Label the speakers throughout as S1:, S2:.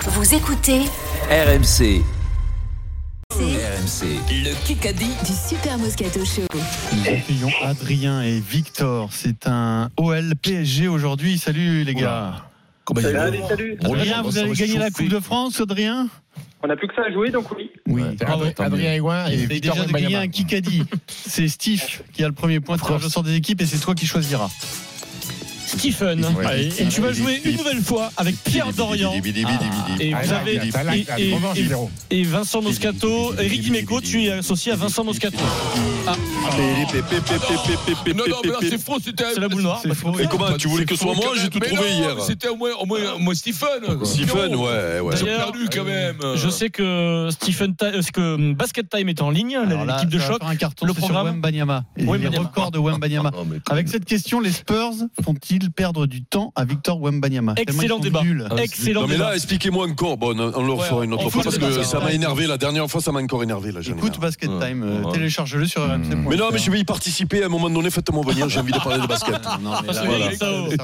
S1: Vous écoutez
S2: RMC. RMC. Le Kikadi.
S1: du Super Moscato Show.
S3: Nous accueillons Adrien et Victor. C'est un OL PSG aujourd'hui. Salut les gars.
S4: Comment il va
S5: Salut, salut.
S3: Adrien, vous allez gagner la Coupe de France, Adrien
S5: On n'a plus que ça à jouer, donc oui.
S4: Oui,
S3: Bravo.
S4: Ah Adrien Aiguin
S3: Et
S4: et Victor
S3: déjà de gagner
S4: Wembanyama.
S3: un Kikadi. C'est Steve qui a le premier point tirage au sort des équipes et c'est toi qui choisiras.
S6: Stephen.
S4: Ouais.
S6: Allez, et tu vas jouer une nouvelle fois avec Pierre Dorian et,
S4: Ah,
S6: vous
S4: là,
S6: avez-
S4: il y a- là, il y a
S6: et- et-
S4: revanche,
S6: et-
S4: zéro.
S6: et Vincent Moscato. Eric Dimeco, tu es associé à Vincent Moscato.
S7: Non, non, mais là, c'est faux, c'était
S6: C'est la boule noire.
S3: C'est faux.
S7: Et comment Tu voulais que ce soit moi J'ai tout
S8: Mais
S7: trouvé
S8: non,
S7: hier.
S8: mais C'était au moins, au moins, au moins Stephen.
S7: Stephen, ouais, ouais.
S8: J'ai
S6: D'ailleurs, euh,
S8: perdu quand même.
S6: Je sais que Stephen Ti- euh, que Basket Time est en ligne,
S3: Alors là,
S6: l'équipe de
S3: ça va
S6: choc.
S3: faire un carton
S6: le
S3: c'est sur
S6: programme.
S3: Wembanyama. Et les
S6: Wembanyama.
S3: records de Wembanyama.
S7: Oh,
S3: Avec cette question, les Spurs font-ils perdre du temps à Victor Wembanyama Tellement ils
S6: Excellent
S3: sont
S6: débat.
S3: nuls.
S6: Excellent
S7: Ah, Non, mais là,
S6: débat.
S7: expliquez-moi encore. Bon, on- on le
S6: Ouais,
S7: refera une
S6: on
S7: autre fois
S6: fout
S7: parce
S6: le
S7: que
S6: débat.
S7: ça m'a énervé. La dernière fois, ça m'a encore énervé. Là, j'en ai
S3: Écoute
S7: marre.
S3: Basket Time, euh,
S7: Ouais.
S3: télécharge-le sur RMC.
S7: Mais non, mais je vais y participer. À un moment donné, faites-moi venir. J'ai envie de parler de basket.
S3: Non, mais là,
S6: Voilà.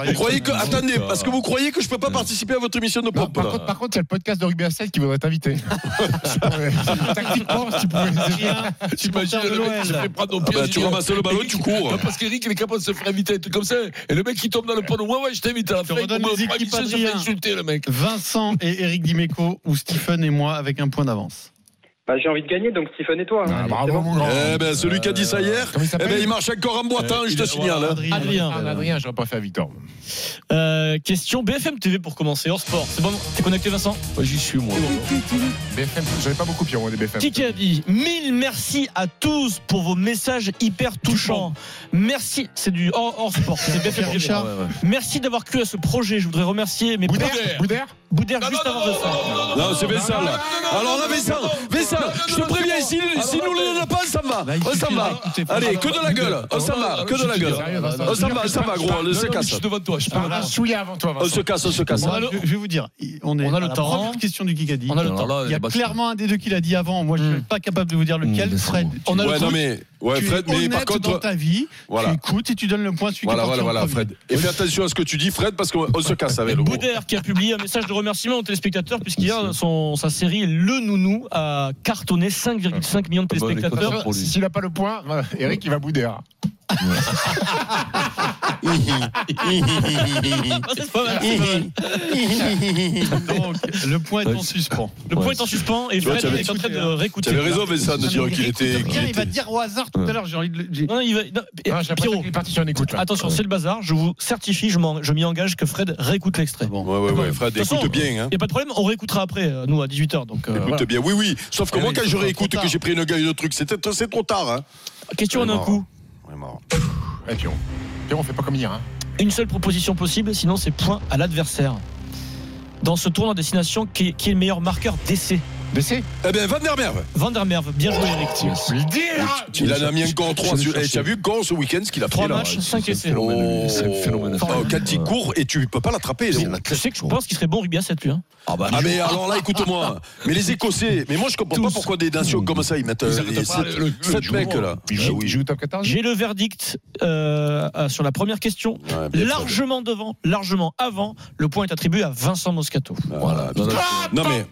S7: Vous croyez que. Attendez, parce que vous croyez que je peux pas participer à votre émission de
S4: Non,
S7: pop
S4: par, contre, par contre, il y a le podcast de Rugby à 7 qui voudrait t'inviter. Tactiquement, si tu pouvais.
S8: T'imagines,
S3: supporter
S8: le mec
S3: l'OL.
S8: qui se fait prendre au
S7: Ah
S8: piège.
S7: bah, tu ramasses le ballon,
S8: Eric-
S7: tu cours. Eh
S8: Non, parce qu'Eric, il est capable de se faire inviter et tout comme ça. Et le mec, qui tombe dans le panneau. Ouais, ouais, je t'invite à la
S3: Tu
S8: fin.
S3: redonnes
S8: au moins,
S3: les
S8: on fera
S3: équipes,
S8: Michel se fait
S3: Adrien.
S8: insulter, le mec.
S3: Vincent et Eric Dimeco ou Stephen et moi avec un point d'avance.
S5: Bah, j'ai envie de gagner, donc Stephen et toi.
S6: Ah,
S5: hein. C'est
S4: Ah, bravo,
S5: bon.
S4: mon grand.
S7: Eh ben, celui qui a dit ça hier,
S4: Comment il
S7: eh ben,
S4: s'appelle
S7: il marche encore en boitant,
S8: Eh,
S7: je te signale. hein.
S6: Adrien.
S3: bah
S4: Ah, Adrien, j'aurais pas fait à Victor.
S6: Euh, question BFM TV pour commencer, hors sport. C'est bon, t'es connecté Vincent
S8: Moi, j'y suis, moi.
S4: BFM, j'avais pas beaucoup Pierrot des BFM.
S6: Kikadi, mille merci à tous pour vos messages hyper touchants. Merci, c'est du hors, hors sport, c'est BFM TV.
S3: Richard.
S6: Merci d'avoir cru à ce projet. Je voudrais remercier mes
S4: Boudère
S3: Ah,
S4: Boudère
S6: Boudère
S8: Non,
S6: juste
S8: non,
S6: avant
S8: non,
S6: Vincent.
S7: Non, c'est Vincent, là.
S8: non, non,
S7: Alors là,
S8: non,
S7: Vincent,
S8: non,
S7: Vincent,
S8: non, non,
S7: je
S8: non,
S7: te préviens,
S8: c'est
S7: si,
S8: bon.
S7: si nous le donnons pas, on s'en va. On s'en va. Allez, que de la gueule. On s'en va, que de la gueule.
S4: Sérieux, Vincent
S7: On s'en va, on s'en va, gros, on
S8: Non,
S7: se
S8: non, mais
S7: casse.
S8: Je suis devant toi. Je
S4: Parle
S8: parle.
S4: un soulier avant toi,
S7: On se
S4: Vincent.
S7: casse, on se casse.
S6: On a le-
S3: Je, je vais vous dire, on est
S6: on a
S3: à
S6: le
S3: la
S6: temps.
S3: première question du Kikadi.
S6: On a le
S8: Alors
S6: temps.
S8: là,
S3: Il y a
S8: bah,
S3: clairement un des deux qui l'a dit avant. Moi, je ne
S6: Hmm.
S3: suis pas capable de vous dire lequel.
S8: Hmm, c'est
S3: Fred,
S8: bon.
S3: tu-
S6: On a le
S7: Ouais,
S6: truc.
S7: non, mais, ouais,
S3: tu
S7: Fred,
S3: es
S7: mais par
S3: honnête dans
S7: contre,
S3: ta vie,
S7: voilà.
S3: tu écoutes et tu donnes le point à celui
S7: Voilà,
S3: qui est parti
S7: voilà,
S3: en
S7: voilà,
S3: premier.
S7: Fred. Et fais attention à ce que tu dis, Fred, parce qu'on on se casse avec le gros.
S6: Boudère qui a publié un message de remerciement aux téléspectateurs puisqu'hier son, sa série Le Nounou a cartonné 5,5 millions de
S8: Ah bah, on est
S6: téléspectateurs.
S8: content. pour lui.
S4: S'il a pas le point, voilà, Eric, il va Boudère.
S6: Ah, c'est pas mal, c'est pas mal.
S3: Donc, le point est en suspens.
S6: Le point est en suspens et
S7: Tu vois,
S6: Fred
S7: tu avais-
S6: est en train de réécouter.
S7: Tu avais raison, Vincent, de dire qu'il était. qu'il
S3: Tiens, il va
S7: était-
S3: dire au hasard tout à l'heure, j'ai envie de le j'ai-
S6: Non, il va- non, eh,
S4: Ah, J'ai l'impression
S6: Pierrot,
S4: qu'il est parti sur une écoute. là.
S6: attention, c'est le bazar. Je vous certifie, je m'en- je m'y engage que Fred réécoute l'extrait.
S3: Bon.
S7: Ouais, Ah ouais, ouais, Fred,
S6: De toute façon,
S7: écoute bien, hein.
S6: Il n'y a pas de problème, on réécoutera après, euh, nous, à 18h. Donc, euh, voilà.
S7: Écoute bien, oui, oui. Sauf que
S3: Ouais,
S7: moi,
S3: mais
S7: quand
S3: c'est
S7: je
S3: trop
S7: réécoute
S3: tard.
S7: que j'ai pris une gueule de truc, c'était- c'est trop tard, hein.
S6: Question en un
S7: Vraiment.
S6: coup.
S7: Ouais, marrant.
S4: Ouais, Eh, Pierrot. Pierrot, on fait pas comme hier. hein.
S6: Une seule proposition possible, sinon c'est point à l'adversaire. Dans ce tournoi à destination, qui est, qui est le meilleur marqueur d'essai
S4: D'essai
S7: Eh bien, Van der Merwe.
S6: Van der Merwe, bien joué
S8: Ah,
S6: Eric.
S4: Le dire
S7: Il en a mis encore 3 sur. Eh, tu as vu, Gors, ce week-end, ce qu'il a fait
S6: 3
S8: Ah,
S7: là
S6: matchs, 5 essais.
S7: Oh,
S8: C'est un phénomène.
S7: Oh, quand il court et tu peux pas l'attraper. donc.
S6: Je sais que je pense qu'il serait bon au rugby à 7 lui. hein.
S8: bah,
S7: Ah mais alors là écoute-moi, mais les Écossais, mais moi je comprends pas
S6: Tous.
S7: pourquoi des nations comme ça ils mettent
S8: Ils
S7: euh,
S8: arrêtent
S7: les
S8: pas le-
S7: sept-
S8: le- le
S7: sept
S8: jeu.
S7: mecs là.
S4: Il
S7: Ah
S4: joue- il
S7: oui.
S4: joue au top 14
S6: J'ai le verdict euh, euh, sur la première question.
S7: Ouais, bien sûr.
S6: Largement devant, largement avant. Le point est attribué à Vincent Moscato.
S7: Voilà. Non mais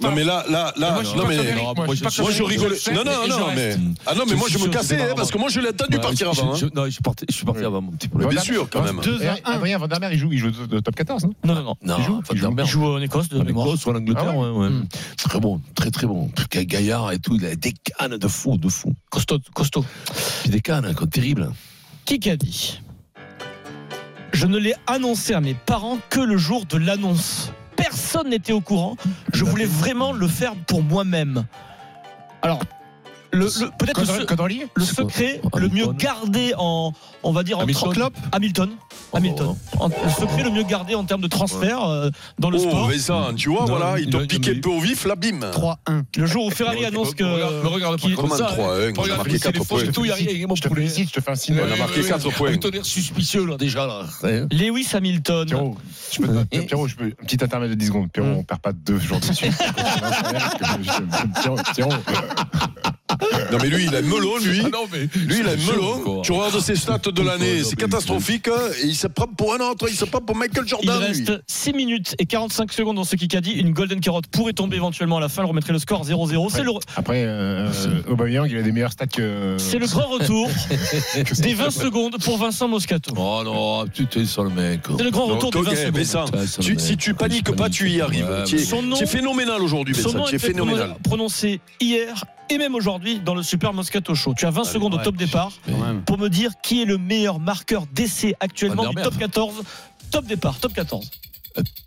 S7: non mais là là là
S4: Moi, je suis
S7: non
S4: pas
S7: mais
S4: comme Eric, moi, je suis pas
S7: moi
S4: comme
S7: je
S4: Eric,
S7: rigolais.
S4: je sais,
S7: Non non
S4: et je
S7: non
S4: reste.
S7: mais ah non mais
S8: Je
S7: moi je
S8: suis
S7: me
S8: sûr que hein. c'est
S7: cassais
S8: pas
S7: hein,
S8: avant.
S7: parce que moi je l'ai attendu
S8: Ouais,
S7: partir
S8: je-
S7: avant.
S8: je-
S7: hein.
S8: Non, je suis parti- je suis parti
S4: Ouais.
S8: avant, mon petit
S7: Mais
S8: poulet.
S7: bien sûr quand même.
S4: Eh,
S3: 2 à 1.
S4: Adrien Vandamer, il joue, il joue au top hein. 14, non
S6: Non, non, non.
S8: Non,
S4: Il joue,
S8: Van
S4: il
S8: der
S4: joue.
S6: Il
S8: Merwe.
S6: joue en Écosse de
S8: En
S6: mémoire.
S8: Écosse ou en Angleterre,
S4: Ah
S8: ouais, ouais.
S6: Mm.
S8: Très bon, très très bon. Puis quel Gaillard et tout, il a des cannes de fou, de fou.
S6: Costaud, costaud.
S8: Puis des cannes, hein, quoi, terrible.
S6: Qui qu'a dit Je ne l'ai annoncé à mes parents que le jour de l'annonce. Personne n'était au courant. Je voulais vraiment le faire pour moi-même. Alors, le, le- peut-être le, se-
S4: Codrelier
S6: le
S8: C'est quoi
S6: secret
S8: Hamilton
S6: le mieux gardé en, on va dire, en
S8: Hamilton
S6: tra- Hamilton.
S8: Oh.
S6: Hamilton. En- le secret le mieux gardé en termes de transfert euh, dans le
S7: Oh
S6: sport.
S7: Vincent, tu vois
S8: Non,
S7: voilà, ils
S8: il-
S7: t'ont
S8: il-
S7: piqué
S8: il-
S7: un peu au vif la bim.
S3: 3 1.
S6: Le jour où Ferrari annonce que.
S8: Me regarde- me regarde pas
S6: qu'il-
S7: Comment
S8: ça,
S7: 3 1 on a
S8: Regarde,
S7: marqué
S8: c'est les
S7: 4
S8: fausses
S7: points.
S8: et tout, il arrive, il est mon
S4: Je te
S8: poulet.
S4: félicite, je te fais un signe. Euh,
S7: On a marqué
S8: oui,
S7: quatre
S8: oui.
S7: points.
S8: Un tonnerre suspicieux, là, déjà, là. Ouais.
S6: Lewis Hamilton.
S4: Pierrot, je peux te- Pierrot, je peux. Un petit intermède de 10 secondes. Pierrot, on perd pas deux jours de suite. Parce que je- je- Pierrot, Pierrot.
S7: Non, mais lui, il a melon, lui.
S8: Ah non, mais
S7: Lui, il a
S8: c'est chaud,
S7: melon.
S8: quoi.
S7: Tu regardes ses stats de l'année,
S8: non,
S7: c'est
S8: mais-
S7: catastrophique. hein, Et il se prend pour un autre, il se prend pour Michael
S6: Il
S7: Jordan, lui.
S6: reste 6 minutes et 45 secondes dans ce Kikadi. Une golden carotte pourrait tomber éventuellement à la fin. Elle remettrait le score 0-0. C'est le,
S4: Après, euh, Aubameyang, il a des meilleurs stats que.
S6: c'est le grand retour des 20 secondes pour Vincent Moscato.
S8: Oh non, tu es sur le mec. quoi.
S6: C'est le grand
S7: Donc,
S6: retour des
S7: ok,
S6: 20 secondes.
S7: Bessin,
S8: Putain, sur le
S7: tu-
S8: mec,
S7: si tu
S8: quoi,
S7: paniques pas, tu y arrives.
S8: Ouais,
S7: Tu es-
S6: Son nom-
S7: tu es phénoménal aujourd'hui,
S6: Son
S7: Bessin.
S6: nom a
S7: Tu es
S6: été
S7: phénoménal.
S6: prononcé hier et même aujourd'hui dans le Super Moscato Show. Tu as 20 secondes au top départ
S3: Quand même.
S6: pour me dire qui est le meilleur marqueur d'essai actuellement
S8: Van
S6: du
S8: der
S6: top
S8: Merwe.
S6: 14. Top départ, top 14.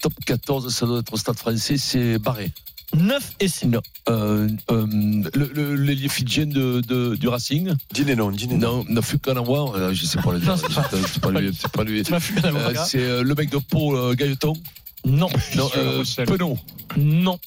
S8: Top 14, ça doit être au stade français, c'est Barré.
S6: 9 essais.
S8: Euh, euh, le- le- L'ailier fidjien de, de- du Racing.
S7: Dis-les non, dis-les non.
S8: Non, Nafukanawa, euh, je sais pas le dire.
S6: Non, c'est pas-
S8: C'est pas lui. C'est pas lui.
S6: Tu m'as fait la
S8: Euh,
S6: voix.
S8: c'est euh, le mec de Pau, euh, Gailleton.
S6: Non,
S8: Non,
S4: Sur
S8: euh,
S4: Rochelle.
S8: Penon.
S6: non.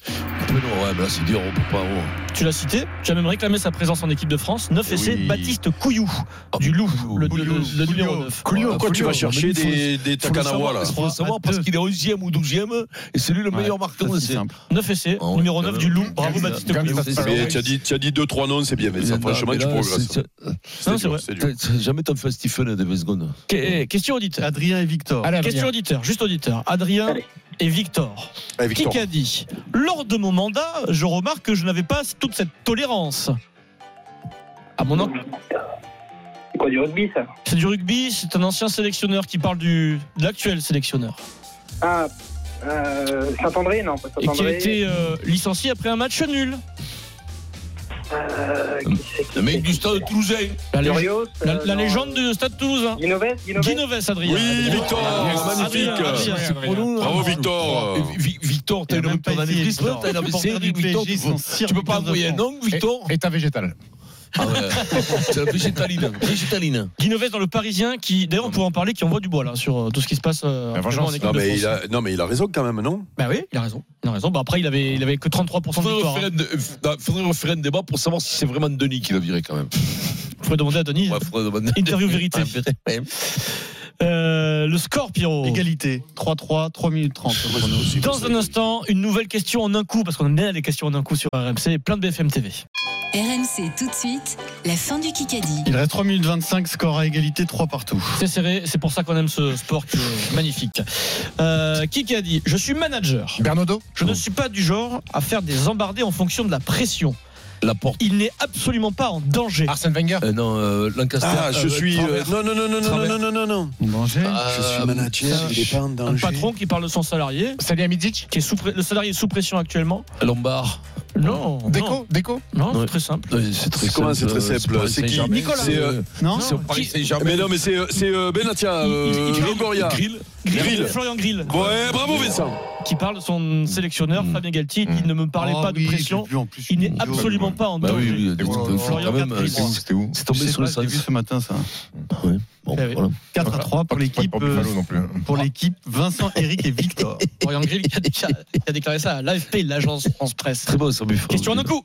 S8: Penon, ouais, mais là c'est dur, on peut pas. oh.
S6: Tu l'as cité, tu as même réclamé sa présence en équipe de France. 9
S7: Eh
S6: essais,
S7: oui.
S6: Baptiste Couillou,
S8: Ah,
S6: du Loup,
S8: Couillou.
S6: le,
S3: Couillou.
S6: le- le
S3: Couillou.
S6: numéro 9.
S3: Couillou,
S7: Pourquoi tu vas
S3: Couillou,
S7: chercher
S3: mais il faut-
S7: des, des
S8: Faut le savoir,
S7: Takanawa là
S8: parce qu'on faut le savoir parce qu'il est 11e ou 12e et c'est lui le meilleur marqueur
S3: Ça,
S8: de
S3: c'est
S8: ces.
S3: simple.
S6: 9 essais,
S8: Ah ouais,
S6: numéro 9
S8: quand même.
S6: du Loup. Bravo
S8: Comme
S6: Baptiste
S8: ça,
S6: Couillou.
S8: comme ça,
S7: Mais tu as dit, tu as dit deux, trois noms, c'est bien, Vincent.
S8: Ah, Non,
S7: Franchement,
S8: mais
S7: tu
S8: là,
S7: progresses.
S8: c'est-
S7: C'est
S6: Non, c'est
S7: dur,
S6: vrai.
S7: c'est dur.
S8: t'as- t'as Jamais t'en fais un Stephen euh, de 20 secondes.
S6: Que- eh, Question auditeur.
S3: Adrien et Victor.
S4: Allez,
S6: Question
S4: Aubameyang.
S6: auditeur, juste auditeur. Adrien
S5: Allez.
S6: et Victor.
S7: Allez,
S6: Qui
S7: Eh, Victor.
S6: qu'a dit Lors de mon mandat, je remarque que je n'avais pas toute cette tolérance. À mon nom,
S5: C'est quoi du rugby ça
S6: c'est du rugby, c'est un ancien sélectionneur qui parle du, de l'actuel sélectionneur.
S5: Ah, euh, Saint-André Non, pas
S6: Et qui a
S5: Saint-André.
S6: été euh, licencié après un match nul.
S5: Euh, qui c'est qui
S8: Le mec
S5: c'est
S8: du stade toulousain.
S6: La, lég-
S5: Dorios,
S6: la-
S5: euh,
S6: la
S5: non.
S6: légende du Stade Toulousain.
S5: Guinoves Guinoves
S6: Guinoves, Adrien.
S7: Oui,
S6: Adrien.
S7: Victor, magnifique.
S6: Adrien.
S7: Bravo, Victor.
S8: Et Vi- Victor,
S3: Il
S8: t'as
S3: a
S8: une
S3: même
S8: rupture
S3: pas été
S8: d'anévrisme,
S3: Victor.
S8: t'as une
S3: Porteur
S8: série,
S3: du
S8: Victor.
S3: PSG,
S8: tu
S3: son
S8: peux-
S3: cirque
S8: Tu peux
S3: de
S8: pas envoyer un
S3: Victor.
S8: homme, Victor
S4: Et, et ta végétale.
S8: Eh. Ah ouais. C'est la végétaline. Végétaline.
S6: Guinoves dans le Parisien, qui d'ailleurs on pourrait en parler, qui envoie du bois là sur euh, tout ce qui se passe euh,
S4: La
S6: actuellement en
S4: vengeance.
S6: équipe
S7: Non
S6: de
S7: mais, il
S6: France.
S7: a, non mais il a raison quand même, non
S6: Bah oui, il a raison. Il a raison. Bah après il avait, il avait que 33% de
S8: Faudrait
S6: victoire. hein.
S8: refaire un dé- euh, faudrait refaire un débat pour savoir si c'est vraiment Denis qui l'a viré quand même.
S6: Faudrait hein. demander à Denis.
S8: Ouais, faudrait demander-
S6: Interview vérité. Euh, le score,
S3: Oh.
S6: Pierrot.
S3: Égalité. 3-3, 3 minutes 30. pour nous.
S6: Dans un instant, une nouvelle question en un coup, parce qu'on aime bien les questions en un coup sur RMC et plein de BFM TV.
S1: RMC tout de suite, la fin du Kikadi.
S3: Il reste 3 minutes 25, score à égalité, 3 partout.
S6: C'est serré, c'est pour ça qu'on aime ce sport qui est magnifique. Euh, qui qui a dit Je suis manager.
S4: Bernardo
S6: Je ne suis pas du genre à faire des embardés en fonction de la pression.
S8: La porte.
S6: Il n'est absolument pas en danger.
S3: Ah,
S4: Arsène Wenger
S8: Euh, non, euh, Lancaster.
S7: Ah, je
S8: euh,
S7: suis. euh, non,
S8: Travers.
S7: non, non, non, non,
S8: Travers.
S7: non, non, non, non.
S3: Manger.
S7: Je suis
S8: Euh,
S7: manager, il est pas en
S6: Un
S7: danger.
S6: patron qui parle de son salarié,
S4: Salut à Midzic
S6: qui est sous pré- le salarié est sous pression actuellement.
S8: Lombard.
S6: Non, non,
S4: Déco Déco
S6: non, c'est
S8: Ouais.
S6: très simple.
S8: Ouais, C'est très
S7: C'est comment, c'est très
S8: euh,
S7: simple,
S8: Paris
S7: c'est qui
S8: Saint-Germain, Eh,
S6: Nicolas.
S8: C'est euh,
S3: Non,
S8: c'est au Paris Saint-Germain.
S7: Mais non mais c'est euh, c'est euh, Benatia, euh, Longoria.
S8: Grill.
S7: Grill.
S6: Florian Grill.
S7: Ouais, bravo Vincent.
S6: qui parle de son sélectionneur
S8: Mm.
S6: Fabien Galtier
S4: Mm.
S6: qui ne me parlait
S3: Ah
S6: pas de
S3: oui,
S6: pression.
S3: j'ai vu en plus
S6: Il n'est
S3: une vidéo.
S6: absolument pas en
S8: Bah
S6: danger.
S8: oui, oui,
S4: Et voilà.
S8: il faut quand même. euh,
S6: Florian
S8: C'est
S4: C'était où
S8: c'est
S3: Je
S8: tombé
S3: sais
S8: sous le
S3: pas, je l'ai vu
S8: sens.
S3: ce matin ça.
S8: Ouais. Bon,
S6: Ah oui.
S8: voilà.
S3: 4 à 3 pour l'équipe.
S4: Pas de
S3: euh,
S4: Buffalo non plus.
S3: Pour l'équipe, Vincent, Eric et Victor.
S6: Florian Grill qui a, déjà- qui a déclaré ça à l'AFP, l'agence France Presse.
S8: Très beau, ça, Buffon.
S6: Question en un coup.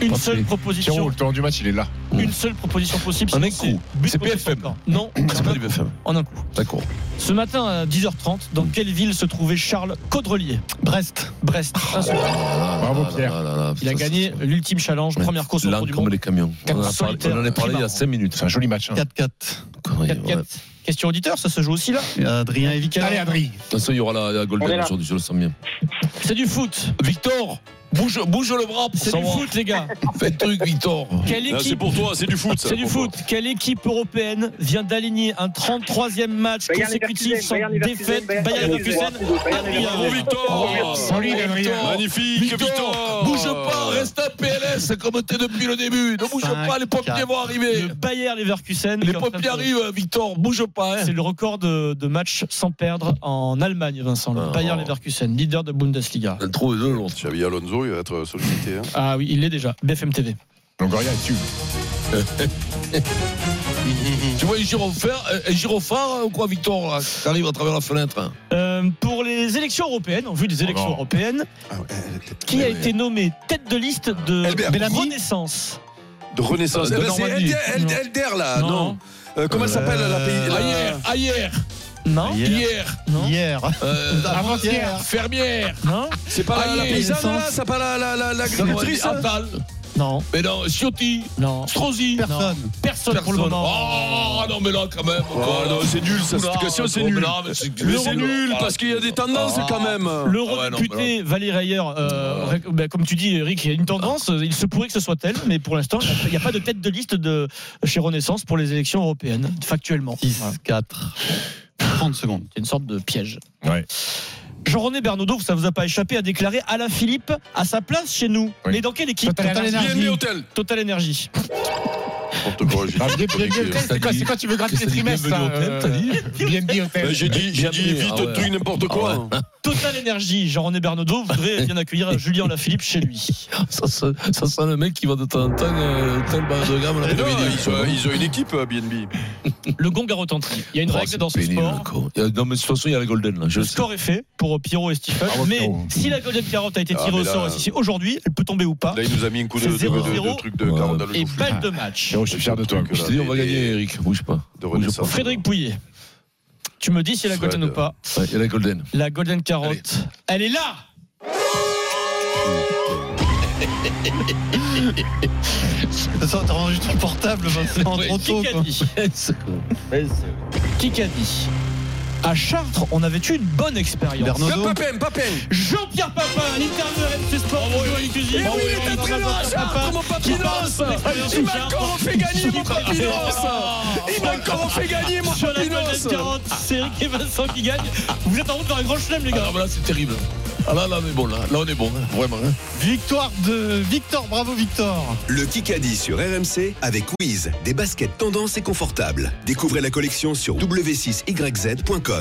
S6: Une
S8: Parfait.
S6: seule
S4: Pierrot,
S6: proposition,
S4: le tournant du match, il est là.
S6: une seule proposition possible.
S8: En un
S6: sinon
S8: coup.
S6: but
S8: C'est
S6: contre
S8: PFM.
S6: son camp. Non,
S8: C'est pas du BFM.
S6: en un coup.
S8: D'accord.
S6: Ce matin à 10h30, dans quelle ville se trouvait Charles Caudrelier
S3: Brest.
S6: Brest.
S5: Ah
S4: Bravo, Pierre.
S6: Il a gagné l'ultime challenge, première course au
S8: Lent
S6: tour du
S8: comme
S6: monde.
S8: les camions. On en a parlé-
S6: solitaires,
S8: on en a parlé il y a
S6: primaire.
S8: 5 minutes.
S4: C'est un joli match. hein.
S3: 4-4.
S8: Connerie,
S6: 4-4.
S8: ouais.
S6: Question auditeur, ça se joue aussi là.
S3: Adrien et Victor.
S4: Allez, Adri
S8: De toute façon, il y aura la, la
S5: On est
S8: Golden
S5: là.
S8: aujourd'hui, je le sens bien.
S6: C'est du foot.
S8: Victor, bouge, bouge le bras pour
S6: C'est du foot, les gars.
S8: Fais le truc, Victor.
S6: Quelle
S7: Ah, C'est
S6: équipe
S7: pour toi, c'est du foot. ça,
S6: C'est du
S7: pour toi.
S6: foot. Quelle équipe européenne vient d'aligner un 33e match
S5: Bayern
S6: consécutif sans
S5: Leverkusen, Bayern
S6: défaite
S5: Leverkusen,
S6: Bayern Leverkusen Ah,
S5: Bayern Leverkusen. hein.
S7: Bravo
S6: Oh,
S7: Victor.
S4: Sans lui,
S6: hein.
S4: Adrien.
S7: Magnifique
S8: Victor,
S7: Victor.
S8: bouge pas, reste un PLS comme t'es depuis le début. Ne bouge
S3: Cinq,
S8: pas, les pompiers
S3: quatre.
S8: vont arriver.
S6: Le Bayern Leverkusen. qui
S8: Les
S6: est en train de-
S8: pompiers arrivent, Victor, bouge pas. hein.
S6: C'est le record de, de matchs sans perdre en Allemagne, Vincent. Le
S8: Ah.
S6: Bayern Leverkusen, leader de Bundesliga.
S8: On trouve deux l'autre.
S7: Xavi Alonso, il va être sollicité. hein.
S6: Ah oui, il l'est déjà. BFM TV.
S4: Longoria, tu.
S8: Tu vois un gyrophare, un gyrophare ou quoi, Victor, là, qui arrive à travers la fenêtre hein.
S6: Euh, pour les élections européennes, en vue des élections
S4: non.
S6: européennes,
S7: Ah ouais,
S6: qui a
S7: ouais.
S6: été nommé tête de liste de
S7: Elbert.
S6: de la Renaissance
S7: De Renaissance.
S8: Euh, de
S7: Eh ben, c'est
S8: Normandie.
S7: Elder, Elder, Elder, là,
S6: Non.
S7: non, Euh, Comment elle s'appelle la pays la-
S8: Ayer, Ayer,
S6: Non
S3: Hier.
S8: hier,
S6: Non
S3: Hier.
S8: euh,
S3: Avant-hier.
S8: fermière,
S6: Non
S7: C'est pas Ah, la, la
S8: Ayer,
S7: paysanne là
S3: Renaissance.
S7: C'est pas la la la-
S8: ça doit
S7: l'agricultrice
S8: être Attal,
S6: Non,
S8: Mais non, Ciotti,
S6: non.
S8: Strozzi,
S3: Personne.
S6: Personne, pour le
S8: personne.
S6: moment.
S8: Oh non, mais là, quand même. encore.
S7: Oh, non, c'est nul, ça, cette
S8: Oula,
S7: question, c'est
S8: bon,
S7: nul.
S8: mais non, mais c'est
S7: Mais c'est nul,
S8: Ah,
S7: parce qu'il y a des tendances
S8: ah.
S7: quand
S6: Le
S7: même.
S8: Ah ouais, non,
S6: redéputé Valérie Ayer, euh, ré- bah, comme tu dis, Eric, il y a une tendance. euh, Il se pourrait que ce soit elle, mais pour l'instant, il n'y a pas de tête de liste de chez Renaissance pour les élections européennes, factuellement.
S3: 6,
S6: Voilà.
S3: 4, 30 secondes.
S6: C'est une sorte de piège.
S4: Ouais.
S6: Jean-René Bernaudot, ça vous a pas échappé, a déclaré Alain Philippe à sa place chez nous.
S4: Oui.
S6: Mais dans quelle équipe
S3: Total Total Energy.
S7: Bienvenue hôtel.
S6: Total Energy.
S7: N'importe quoi, j'ai dit.
S4: Ah, bien- bien- bien-
S7: Qu'est-ce
S4: C'est quoi, c'est quoi, tu veux gratter les trimestres
S8: Bienvenue au
S4: hein,
S8: thème, t'as dit
S4: euh, BNB
S7: Ben,
S4: Hotel.
S7: J'ai dit, j'ai dit
S8: Bienvenue,
S7: vite
S8: ah
S7: un
S8: ouais.
S7: truc, n'importe quoi.
S6: Total Energy, Jean-René Bernaudot voudrait bien accueillir Julien Alaphilippe chez lui.
S8: Ça, se- ça sent le mec qui va de temps en temps euh, tel bar de gamme
S7: Eh non,
S8: l'après-midi.
S7: ils, ont, ils ont une équipe euh, à BNB.
S6: Le gong a retenti. Il y a une
S8: Oh,
S6: règle
S8: c'est
S6: dans ce
S8: pénible,
S6: sport.
S8: quoi. Il y a- Non, mais de toute façon, il y a la Golden, là. Je
S6: Le
S8: le sais.
S6: score est fait pour Pierrot et Stephen.
S4: Bravo,
S6: mais
S4: Pierrot.
S6: si la Golden Carotte a été
S7: Ah,
S6: tirée
S7: mais
S6: au sort
S7: là-
S6: ici aujourd'hui, elle peut tomber ou pas.
S7: Là, il nous a mis un coup de,
S6: C'est
S7: de, de-
S6: 0-0.
S7: de truc de
S8: Ouais.
S7: 40 dans le
S6: Et
S7: jouffle.
S6: balle de match.
S4: Pierrot, je suis fier de toi.
S7: Truc,
S8: Je
S7: là,
S8: te dis, on va
S7: des-
S8: gagner, Eric. Bouge pas.
S7: De renaissance.
S6: Frédéric Pouillet. Tu me dis si la Golden
S7: Fred.
S6: ou pas.
S8: Ouais, Il y a la Golden.
S6: La Golden Carotte. Elle est là
S3: Ça sent, t'as rendu ton portable, Vincent,
S8: Ouais,
S3: trop tôt. quoi.
S6: Kikadi. Kikadi. À Chartres, on avait eu une bonne expérience.
S3: Bernaudot.
S7: Papin, Papin.
S6: Jean-Pierre Papin, à l'interview de RMC Sport. Bonjour,
S7: Eh oui,
S6: exclusif.
S7: il est entraîneur à Chartres, mon papinos. Il m'a encore fait gagner, mon
S8: Ah,
S7: papinos. Il m'a encore fait gagner, mon
S6: Sur la planète
S7: papinos.
S6: 40, c'est Eric et Vincent qui gagnent. Vous êtes en route vers un grand chelem, les
S8: Ah
S6: gars.
S8: non, mais là, c'est terrible. Ah là, là, on est bon, là. Là, on est bon, hein. vraiment. hein.
S3: Victoire de Victor, bravo Victor.
S9: Le Kikadi sur RMC avec Wiz, des baskets tendance et confortables. Découvrez la collection sur w6yz.com.